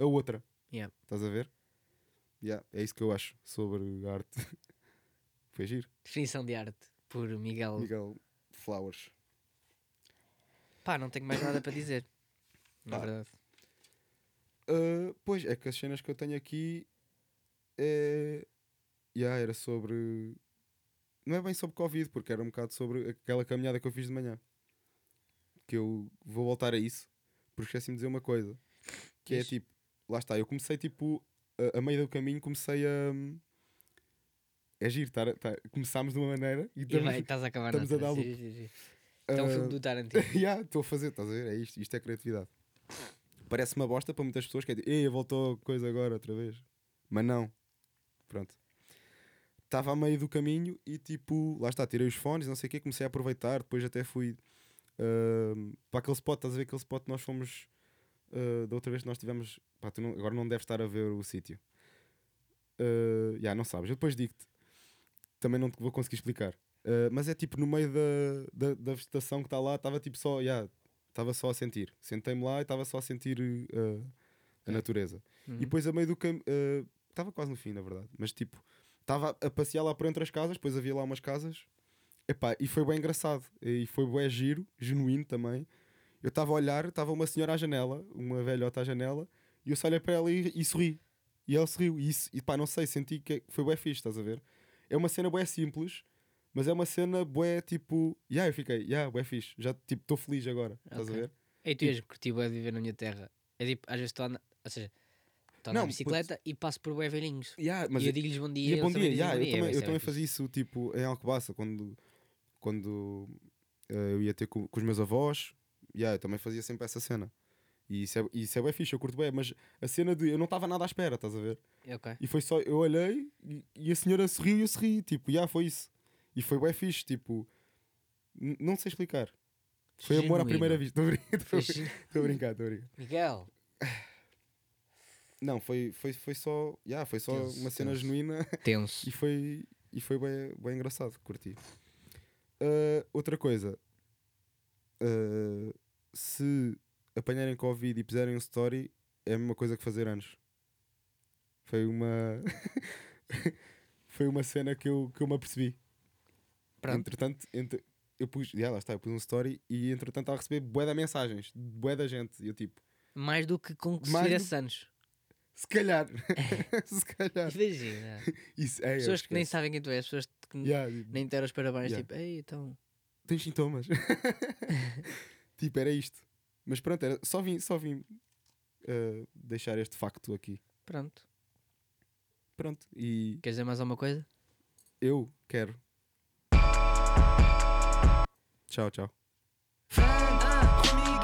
Speaker 1: a outra.
Speaker 2: Yeah.
Speaker 1: Estás a ver? Yeah, é isso que eu acho sobre a arte. Foi giro.
Speaker 2: Definição de arte por Miguel.
Speaker 1: Miguel Flowers.
Speaker 2: Pá, não tenho mais nada para dizer. Na
Speaker 1: Pá.
Speaker 2: verdade.
Speaker 1: Ah, pois, é que as cenas que eu tenho aqui é. Yeah, era sobre. Não é bem sobre Covid, porque era um bocado sobre aquela caminhada que eu fiz de manhã. Que eu vou voltar a isso, porque esqueci-me de dizer uma coisa. Que é
Speaker 2: Diz.
Speaker 1: tipo. Lá está, eu comecei tipo. A, a meio do caminho comecei a. hum, É giro, tá, tá- começámos de uma maneira e
Speaker 2: E
Speaker 1: estamos-
Speaker 2: vai, estás a acabar
Speaker 1: estamos a
Speaker 2: noutra.
Speaker 1: dar
Speaker 2: Sim,
Speaker 1: loop.
Speaker 2: sim, sim. Isto é um
Speaker 1: Ah,
Speaker 2: filme do Tarantino.
Speaker 1: Ya, estou a fazer, estás a ver? É isto, isto é criatividade. Parece uma bosta para muitas pessoas que é tipo, ei, voltou a coisa agora outra vez. Mas não. Pronto. Estava a meio do caminho e tipo, lá está, tirei os fones, não sei o quê, comecei a aproveitar, depois até fui ahm, para aquele spot, estás a ver aquele spot que nós fomos ah, da outra vez que nós tivemos. Pá, tu não- agora não deves estar a ver o sítio. Ah, ya, não sabes, eu depois digo-te. Também não te vou conseguir explicar. Uh, mas é tipo no meio da, da, da vegetação que está lá, estava tipo só, yeah, estava só a sentir. Sentei-me lá e estava só a sentir uh, a
Speaker 2: Ok.
Speaker 1: natureza.
Speaker 2: Uhum.
Speaker 1: E depois a meio do caminho, estava quase no fim, na verdade, mas tipo, estava a passear lá por entre as casas, depois havia lá umas casas, Epá, e foi bem engraçado, e foi bem giro, genuíno também. Eu estava a olhar, estava uma senhora à janela, uma velhota à janela, e eu só olhei para ela e, e sorri. E ela sorriu, e, isso, e pá, não sei, senti que é, foi bem fixe, estás a ver? É uma cena bem simples, mas é uma cena bué tipo, yeah, eu fiquei, yeah, bué fixe, já tipo, estou feliz agora, estás a
Speaker 2: Ok.
Speaker 1: ver?
Speaker 2: Ei, tu ias curtir bué de viver na minha terra. É tipo, às vezes estou a andar, ou seja, estou a andar
Speaker 1: Não,
Speaker 2: de bicicleta e passo por bué velhinhos.
Speaker 1: Yeah, mas
Speaker 2: e eu digo-lhes bom dia.
Speaker 1: E é
Speaker 2: eles
Speaker 1: bom
Speaker 2: também
Speaker 1: dia,
Speaker 2: dizem
Speaker 1: yeah,
Speaker 2: bom
Speaker 1: eu
Speaker 2: dia, é
Speaker 1: também,
Speaker 2: vai
Speaker 1: eu
Speaker 2: ser
Speaker 1: também
Speaker 2: fixe.
Speaker 1: fazia isso tipo em Alcobaça, quando, quando eh, eu ia ter co- com, os meus avós, yeah, eu também fazia sempre essa cena. E isso é, isso é bem fixe, eu curto bem, mas a cena de eu não estava nada à espera, estás a ver?
Speaker 2: Ok.
Speaker 1: E foi só, eu olhei e, e a senhora sorriu e eu sorri, tipo, yeah, foi isso. E foi bem fixe, tipo, n- não sei explicar. Foi amor à primeira
Speaker 2: Genuíno.
Speaker 1: vista,
Speaker 2: Foi
Speaker 1: estou
Speaker 2: genu-
Speaker 1: a brincar, estou a brincar.
Speaker 2: Miguel,
Speaker 1: Não, foi, foi, foi só, yeah, foi só
Speaker 2: Tenso,
Speaker 1: uma cena
Speaker 2: tenso.
Speaker 1: genuína.
Speaker 2: tenso.
Speaker 1: E foi, e foi bem, bem engraçado, curti. Ah, outra coisa, Ah, se apanharem Covid e puserem um story, é a mesma coisa que fazer anos. Foi uma. foi uma cena que eu, que eu me apercebi.
Speaker 2: Pronto.
Speaker 1: Entretanto, entre- eu pus, já lá está, eu pus um story e entretanto estava a receber bué de mensagens, de bué da gente. E eu tipo,
Speaker 2: Mais do que com
Speaker 1: Mais do-
Speaker 2: 10 anos.
Speaker 1: se calhar, se calhar.
Speaker 2: Imagina.
Speaker 1: Isso, Ah. é,
Speaker 2: é
Speaker 1: eu
Speaker 2: né? pessoas que nem
Speaker 1: esqueço.
Speaker 2: sabem quem tu és, pessoas que
Speaker 1: Yeah, tipo,
Speaker 2: nem te deram os parabéns,
Speaker 1: Yeah.
Speaker 2: tipo, ei, então.
Speaker 1: tens sintomas. tipo, era isto. Mas pronto, era, só vim, só vim ah, deixar este facto aqui.
Speaker 2: Pronto.
Speaker 1: Pronto, e
Speaker 2: Queres dizer mais alguma coisa?
Speaker 1: eu quero. Tchau, tchau.
Speaker 3: Ah, comigo.